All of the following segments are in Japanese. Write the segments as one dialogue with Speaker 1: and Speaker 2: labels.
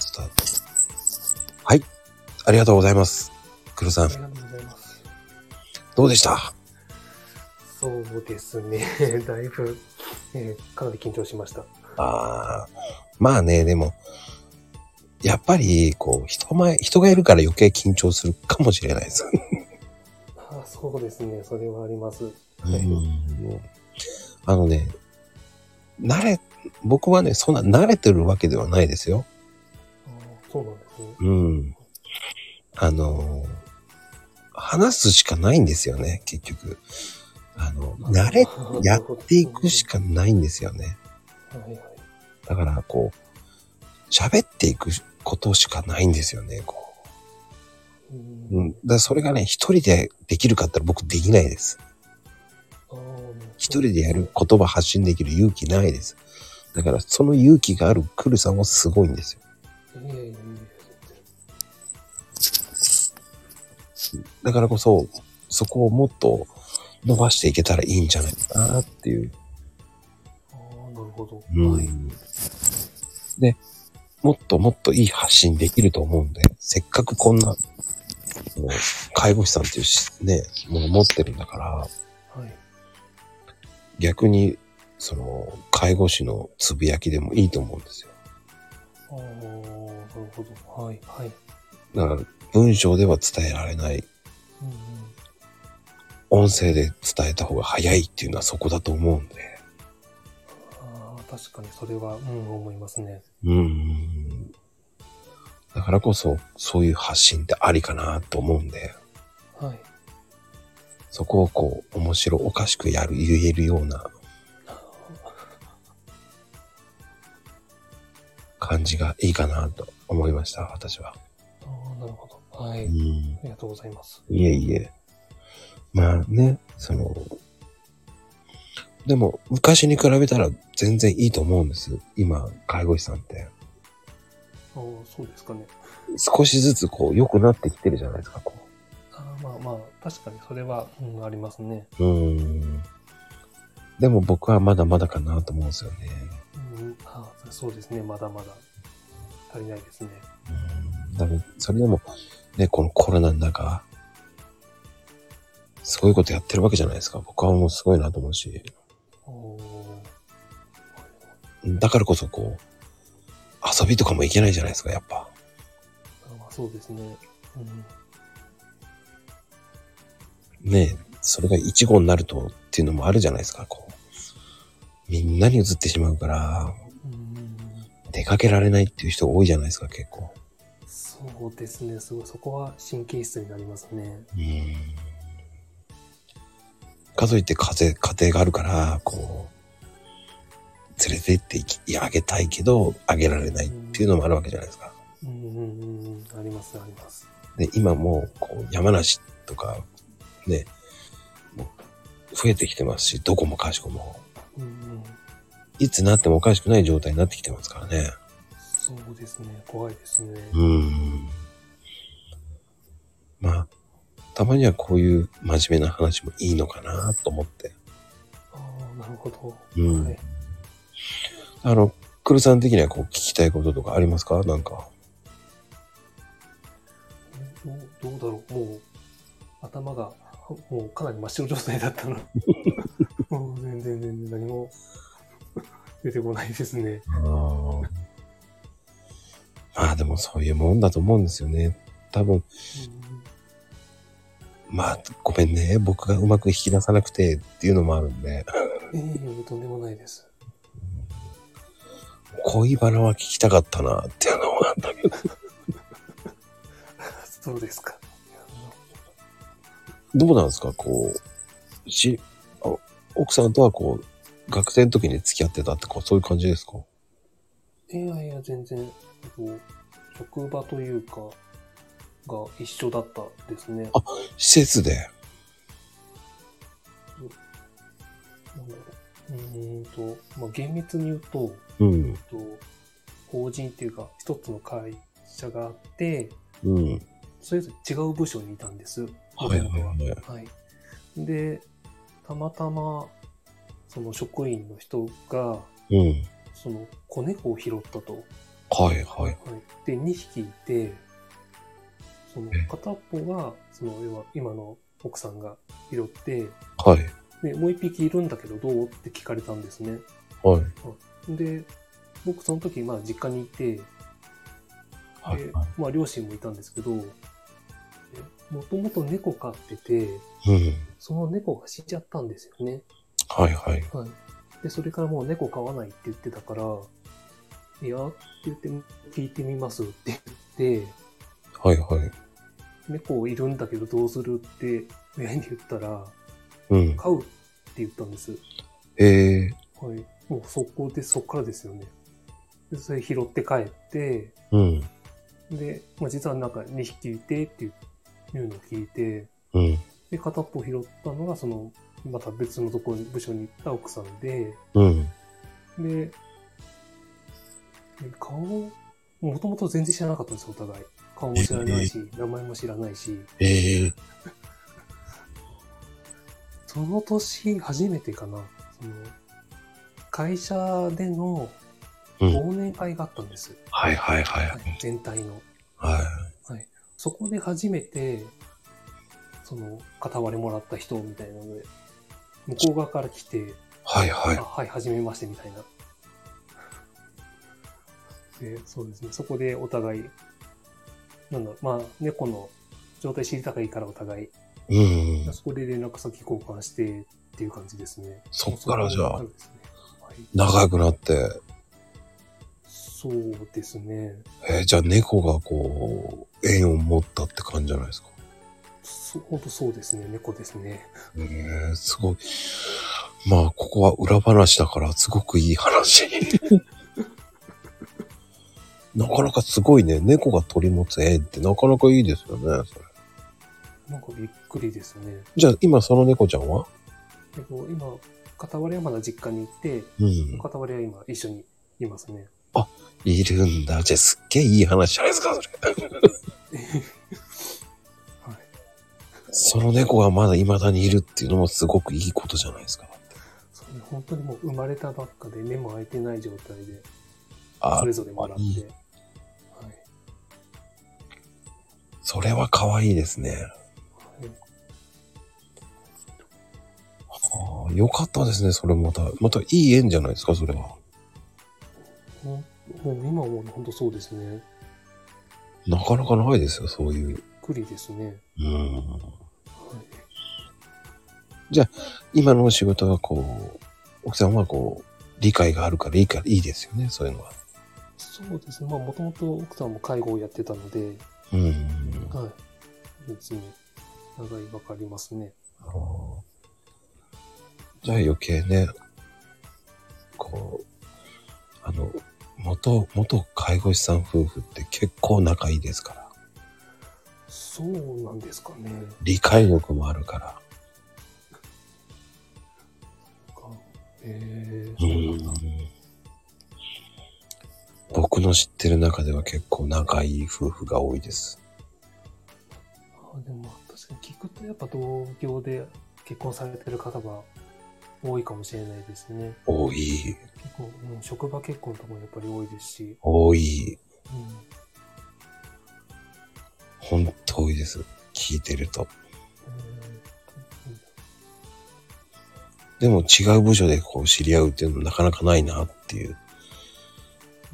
Speaker 1: スタート。はい。ありがとうございます。黒さ
Speaker 2: あ
Speaker 1: ん
Speaker 2: り、がとうございます。
Speaker 1: どうでした
Speaker 2: そうですね。 だいぶ、えーかなり緊張しました。
Speaker 1: ああ。まあね、でも、やっぱり、こう、人前、人がいるから余計緊張するかもしれないです。
Speaker 2: あそうですね。それはあります。
Speaker 1: はいあのね、慣れ、僕はね、そんな慣れてるわけではないですよ。
Speaker 2: あーそうなんですね。
Speaker 1: うん。あの、話すしかないんですよね、結局。あの、慣 れやっていくしかないんですよね。
Speaker 2: はいはい。
Speaker 1: だから、こう、喋っていくことしかないんですよね、こ
Speaker 2: う
Speaker 1: う。うんん。だからそれがね、一人でできるかって言ったら僕できないです。
Speaker 2: あー
Speaker 1: 一人でやる言葉発信できる勇気ないです。だから、その勇気があるクルさんはすごいんですよ。
Speaker 2: いえいえいえ
Speaker 1: だからこそ、そこをもっと伸ばしていけたらいいんじゃないかなっていう。
Speaker 2: あーなるほど。
Speaker 1: はい。で、もっともっといい発信できると思うんで、せっかくこんな、あの介護士さんっていうしね、ものを持ってるんだから、
Speaker 2: はい。
Speaker 1: 逆に、その、介護士のつぶやきでもいいと思うんですよ。
Speaker 2: ああ、なるほど。はいはい。
Speaker 1: だから、文章では伝えられない、
Speaker 2: うんうん
Speaker 1: 音声で伝えた方が早いっていうのはそこだと思うんで。
Speaker 2: あー確かにそれは、うん、思いますね。
Speaker 1: うん。だからこそ、そういう発信ってありかなと思うんで。
Speaker 2: はい。
Speaker 1: そこをこう、面白おかしくやる、言えるような感じがいいかなと思いました、私は。
Speaker 2: ああ、なるほど。は
Speaker 1: う
Speaker 2: い。
Speaker 1: ん。
Speaker 2: ありがとうございます。
Speaker 1: いえいえ。まあね、その、でも、昔に比べたら全然いいと思うんです。今、介護士さんって。
Speaker 2: ああ、そうですかね。
Speaker 1: 少しずつこう、良くなってきてるじゃないですか、こ
Speaker 2: あーまあまあ、確かにそれは、うん、ありますね。
Speaker 1: う。うん。でも僕はまだまだかなと思うんですよね。
Speaker 2: うん、あーそうですね。まだまだ足りないですね。
Speaker 1: うんだからそれでも、ね、このコロナの中、すごいことやってるわけじゃないですか。僕はもうすごいなと思うし。
Speaker 2: おー
Speaker 1: だからこそこう、遊びとかも行けないじゃないですか、やっぱ。
Speaker 2: あーまあ、そうですね。うん、
Speaker 1: ねえそれが一号になるとっていうのもあるじゃないですか、こう。みんなに移ってしまうから、
Speaker 2: うん、
Speaker 1: 出かけられないっていう人多いじゃないですか、結構。
Speaker 2: そうですね。すごい。そこは神経質になりますね。
Speaker 1: うん。かといって家庭、家庭があるから、こう、連れてっていきあげたいけど、あげられないっていうのもあるわけじゃないですか。
Speaker 2: うん、うん、うんうん。あります、あります。
Speaker 1: で、今もう、こう、山梨とか、ね、もう増えてきてますし、どこもかしこも、
Speaker 2: うん、うん。
Speaker 1: いつなってもおかしくない状態になってきてますからね。
Speaker 2: そうですね。怖いですね。
Speaker 1: うん。まあ、たまにはこういう真面目な話もいいのかなと思って。
Speaker 2: ああ、なるほど。
Speaker 1: うん
Speaker 2: はい、
Speaker 1: あの、クルさん的にはこう聞きたいこととかありますかなんか。
Speaker 2: どうどうだろう。もう、頭が、もうかなり真っ白状態 だったの。もう全然全然何も出てこないですね。
Speaker 1: まあでもそういうもんだと思うんですよね。多分、まあごめんね。僕がうまく引き出さなくてっていうのもあるんで、
Speaker 2: ええとんでもないです。
Speaker 1: 恋バナは聞きたかったなっていうのもあったけど。
Speaker 2: そうですか。いや
Speaker 1: どうなんですかこう、し、あ奥さんとはこう、学生の時に付き合ってたってか、そういう感じですか
Speaker 2: いやいや、全然、こう職場というか、が一緒だったですね。
Speaker 1: 施設で。
Speaker 2: なんだろううーんと、まあ、厳密に言うと、
Speaker 1: うん。
Speaker 2: えっと法人っていうか、一つの会社があって、
Speaker 1: うん。
Speaker 2: それぞれ違う部署にいたんです。
Speaker 1: はいはいはい。
Speaker 2: はい。で、たまたま、その職員の人が、
Speaker 1: うん。
Speaker 2: その子猫を拾ったと。
Speaker 1: はいはい。
Speaker 2: で、2匹いて、その
Speaker 1: え
Speaker 2: 片っぽが、その要は今の奥さんが拾って、
Speaker 1: はい。
Speaker 2: で、もう1匹いるんだけどどうって聞かれたんですね。
Speaker 1: はい。
Speaker 2: で、僕その時、まあ実家にいて、
Speaker 1: はい。
Speaker 2: で
Speaker 1: は
Speaker 2: まあ両親もいたんですけど、もともと猫飼ってて、
Speaker 1: い。うん。
Speaker 2: その猫が死んじゃったんですよね。
Speaker 1: はいはい。
Speaker 2: はい。で、それからもう猫飼わないって言ってたから、いや、って言って、聞いてみますって言って、
Speaker 1: はいはい。
Speaker 2: 猫いるんだけどどうするって親に言ったら、
Speaker 1: うん。
Speaker 2: 飼うって言ったんです。
Speaker 1: えー。
Speaker 2: はい。もうそこで、そっからですよね。で、それ拾って帰って、
Speaker 1: うん。
Speaker 2: で、まあ、実はなんか2匹いてっていういうのを聞いて、
Speaker 1: うん。
Speaker 2: で、片っぽ拾ったのが、その、また別のところに、部署に行った奥さんで、
Speaker 1: うん。
Speaker 2: で、顔、もともと全然知らなかったんですよ、お互い。顔も知らないし、名前も知らないし、
Speaker 1: えー。
Speaker 2: その年初めてかな、その、会社での
Speaker 1: うん
Speaker 2: 忘年会があったんです。
Speaker 1: はいはいはい
Speaker 2: は。い全体の。
Speaker 1: は
Speaker 2: そこで初めて、その、片割れもらった人みたいなので、向こう側から来て、
Speaker 1: い。はいはい
Speaker 2: あ。はい、はじめましてみたいな。で、そうですね。そこでお互い、なんだろう、まあ、猫の状態知りたいからお互い、
Speaker 1: うん。
Speaker 2: そこで連絡先交換してっていう感じですね。
Speaker 1: そっからじゃあ
Speaker 2: そうですね。はい、
Speaker 1: 長くなって、
Speaker 2: そうですね。
Speaker 1: えーじゃあ猫がこう、縁を持ったって感じじゃないですか。
Speaker 2: そ本当そうですね。猫ですね。
Speaker 1: えー、すごい。まあ、ここは裏話だから、すごくいい 話。なかなかすごいね。猫が取り持つ縁ってなかなかいいですよね。それ
Speaker 2: なんかびっくりですね。
Speaker 1: じゃあ、今その猫ちゃんは
Speaker 2: えっと、今、片割れはまだ実家に行って、
Speaker 1: うん。
Speaker 2: 片割れは今一緒にいますね。
Speaker 1: いるんだ。じゃあ、すっげえいい話じゃないですか、それ。
Speaker 2: はい。
Speaker 1: その猫がまだ未だにいるっていうのもすごくいいことじゃないですか。
Speaker 2: そうね本当にもう生まれたばっかで目も開いてない状態で
Speaker 1: あ
Speaker 2: それぞれもらって、
Speaker 1: いい
Speaker 2: はい
Speaker 1: それは可愛いですね。
Speaker 2: はい、
Speaker 1: はあ、よかったですね、それまた。またいい縁じゃないですか、それは。
Speaker 2: ほんもう今思うの本当そうですね
Speaker 1: なかなかないですよ、そういう。
Speaker 2: びっくりですね、
Speaker 1: うん。
Speaker 2: はい、
Speaker 1: 今のお仕事はこう、奥さんはこう、理解があるからいいからいいですよね、そういうのは。
Speaker 2: そうですねまあもともと奥さんも介護をやってたので、
Speaker 1: うん。
Speaker 2: はい、別に長いばかりますね
Speaker 1: あのじゃあ余計ね、こう、あの、元、元介護士さん夫婦って結構仲いいですから。
Speaker 2: そうなんですかね
Speaker 1: 理解力もあるから。
Speaker 2: かえ
Speaker 1: う
Speaker 2: ー、そうな
Speaker 1: ん
Speaker 2: んだ
Speaker 1: 僕の知ってる中では結構仲いい夫婦が多いです。
Speaker 2: あでも確かに聞くとやっぱ同業で結婚されてる方が多いかもしれないですね
Speaker 1: 多い、
Speaker 2: 結構、うん、職場結婚とかもやっぱり多いですし、
Speaker 1: 多い、
Speaker 2: うん、
Speaker 1: ほんと多いです。聞いてると。でも違う部署でこう知り合うっていうのもなかなかないなっていう。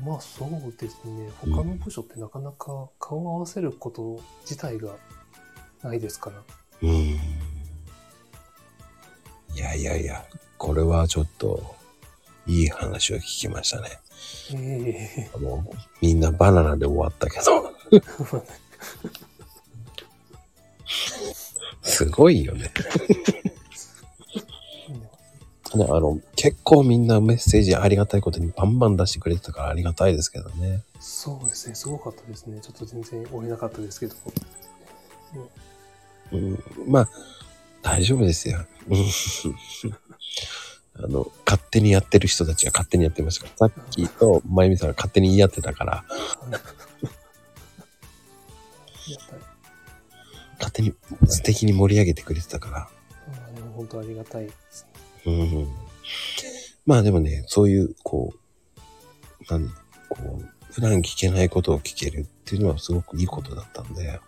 Speaker 2: まあそうですね他の部署ってなかなか顔を合わせること自体がないですから
Speaker 1: うん。いやいやいや、これはちょっと、いい話を聞きましたね。
Speaker 2: ええ
Speaker 1: あの、みんなバナナで終わったけど、 すごいよね。ね、あの、結構みんなメッセージありがたいことにバンバン出してくれてたからありがたいですけどね。
Speaker 2: そうですねすごかったですねちょっと全然追えなかったですけど
Speaker 1: うん、まあ、大丈夫ですよ。 うんあの、勝手にやってる人たちが勝手にやってましたから、さっきとまゆみさんが勝手に言い合ってたから、
Speaker 2: やっぱり
Speaker 1: 勝手に素敵に盛り上げてくれてたから。
Speaker 2: まあでも本当ありがたいですね
Speaker 1: うん。まあでもね、そういう、こう、なんこう、普段聞けないことを聞けるっていうのはすごくいいことだったんで、
Speaker 2: あ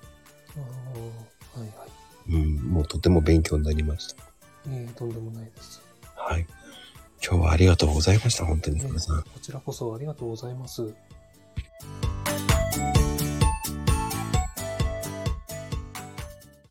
Speaker 2: あ、はいはい。
Speaker 1: うん、もうとても勉強になりました。
Speaker 2: ええとんでもないです。
Speaker 1: はい。今日はありがとうございました、本当に、皆さん。
Speaker 2: こちらこそありがとうございます。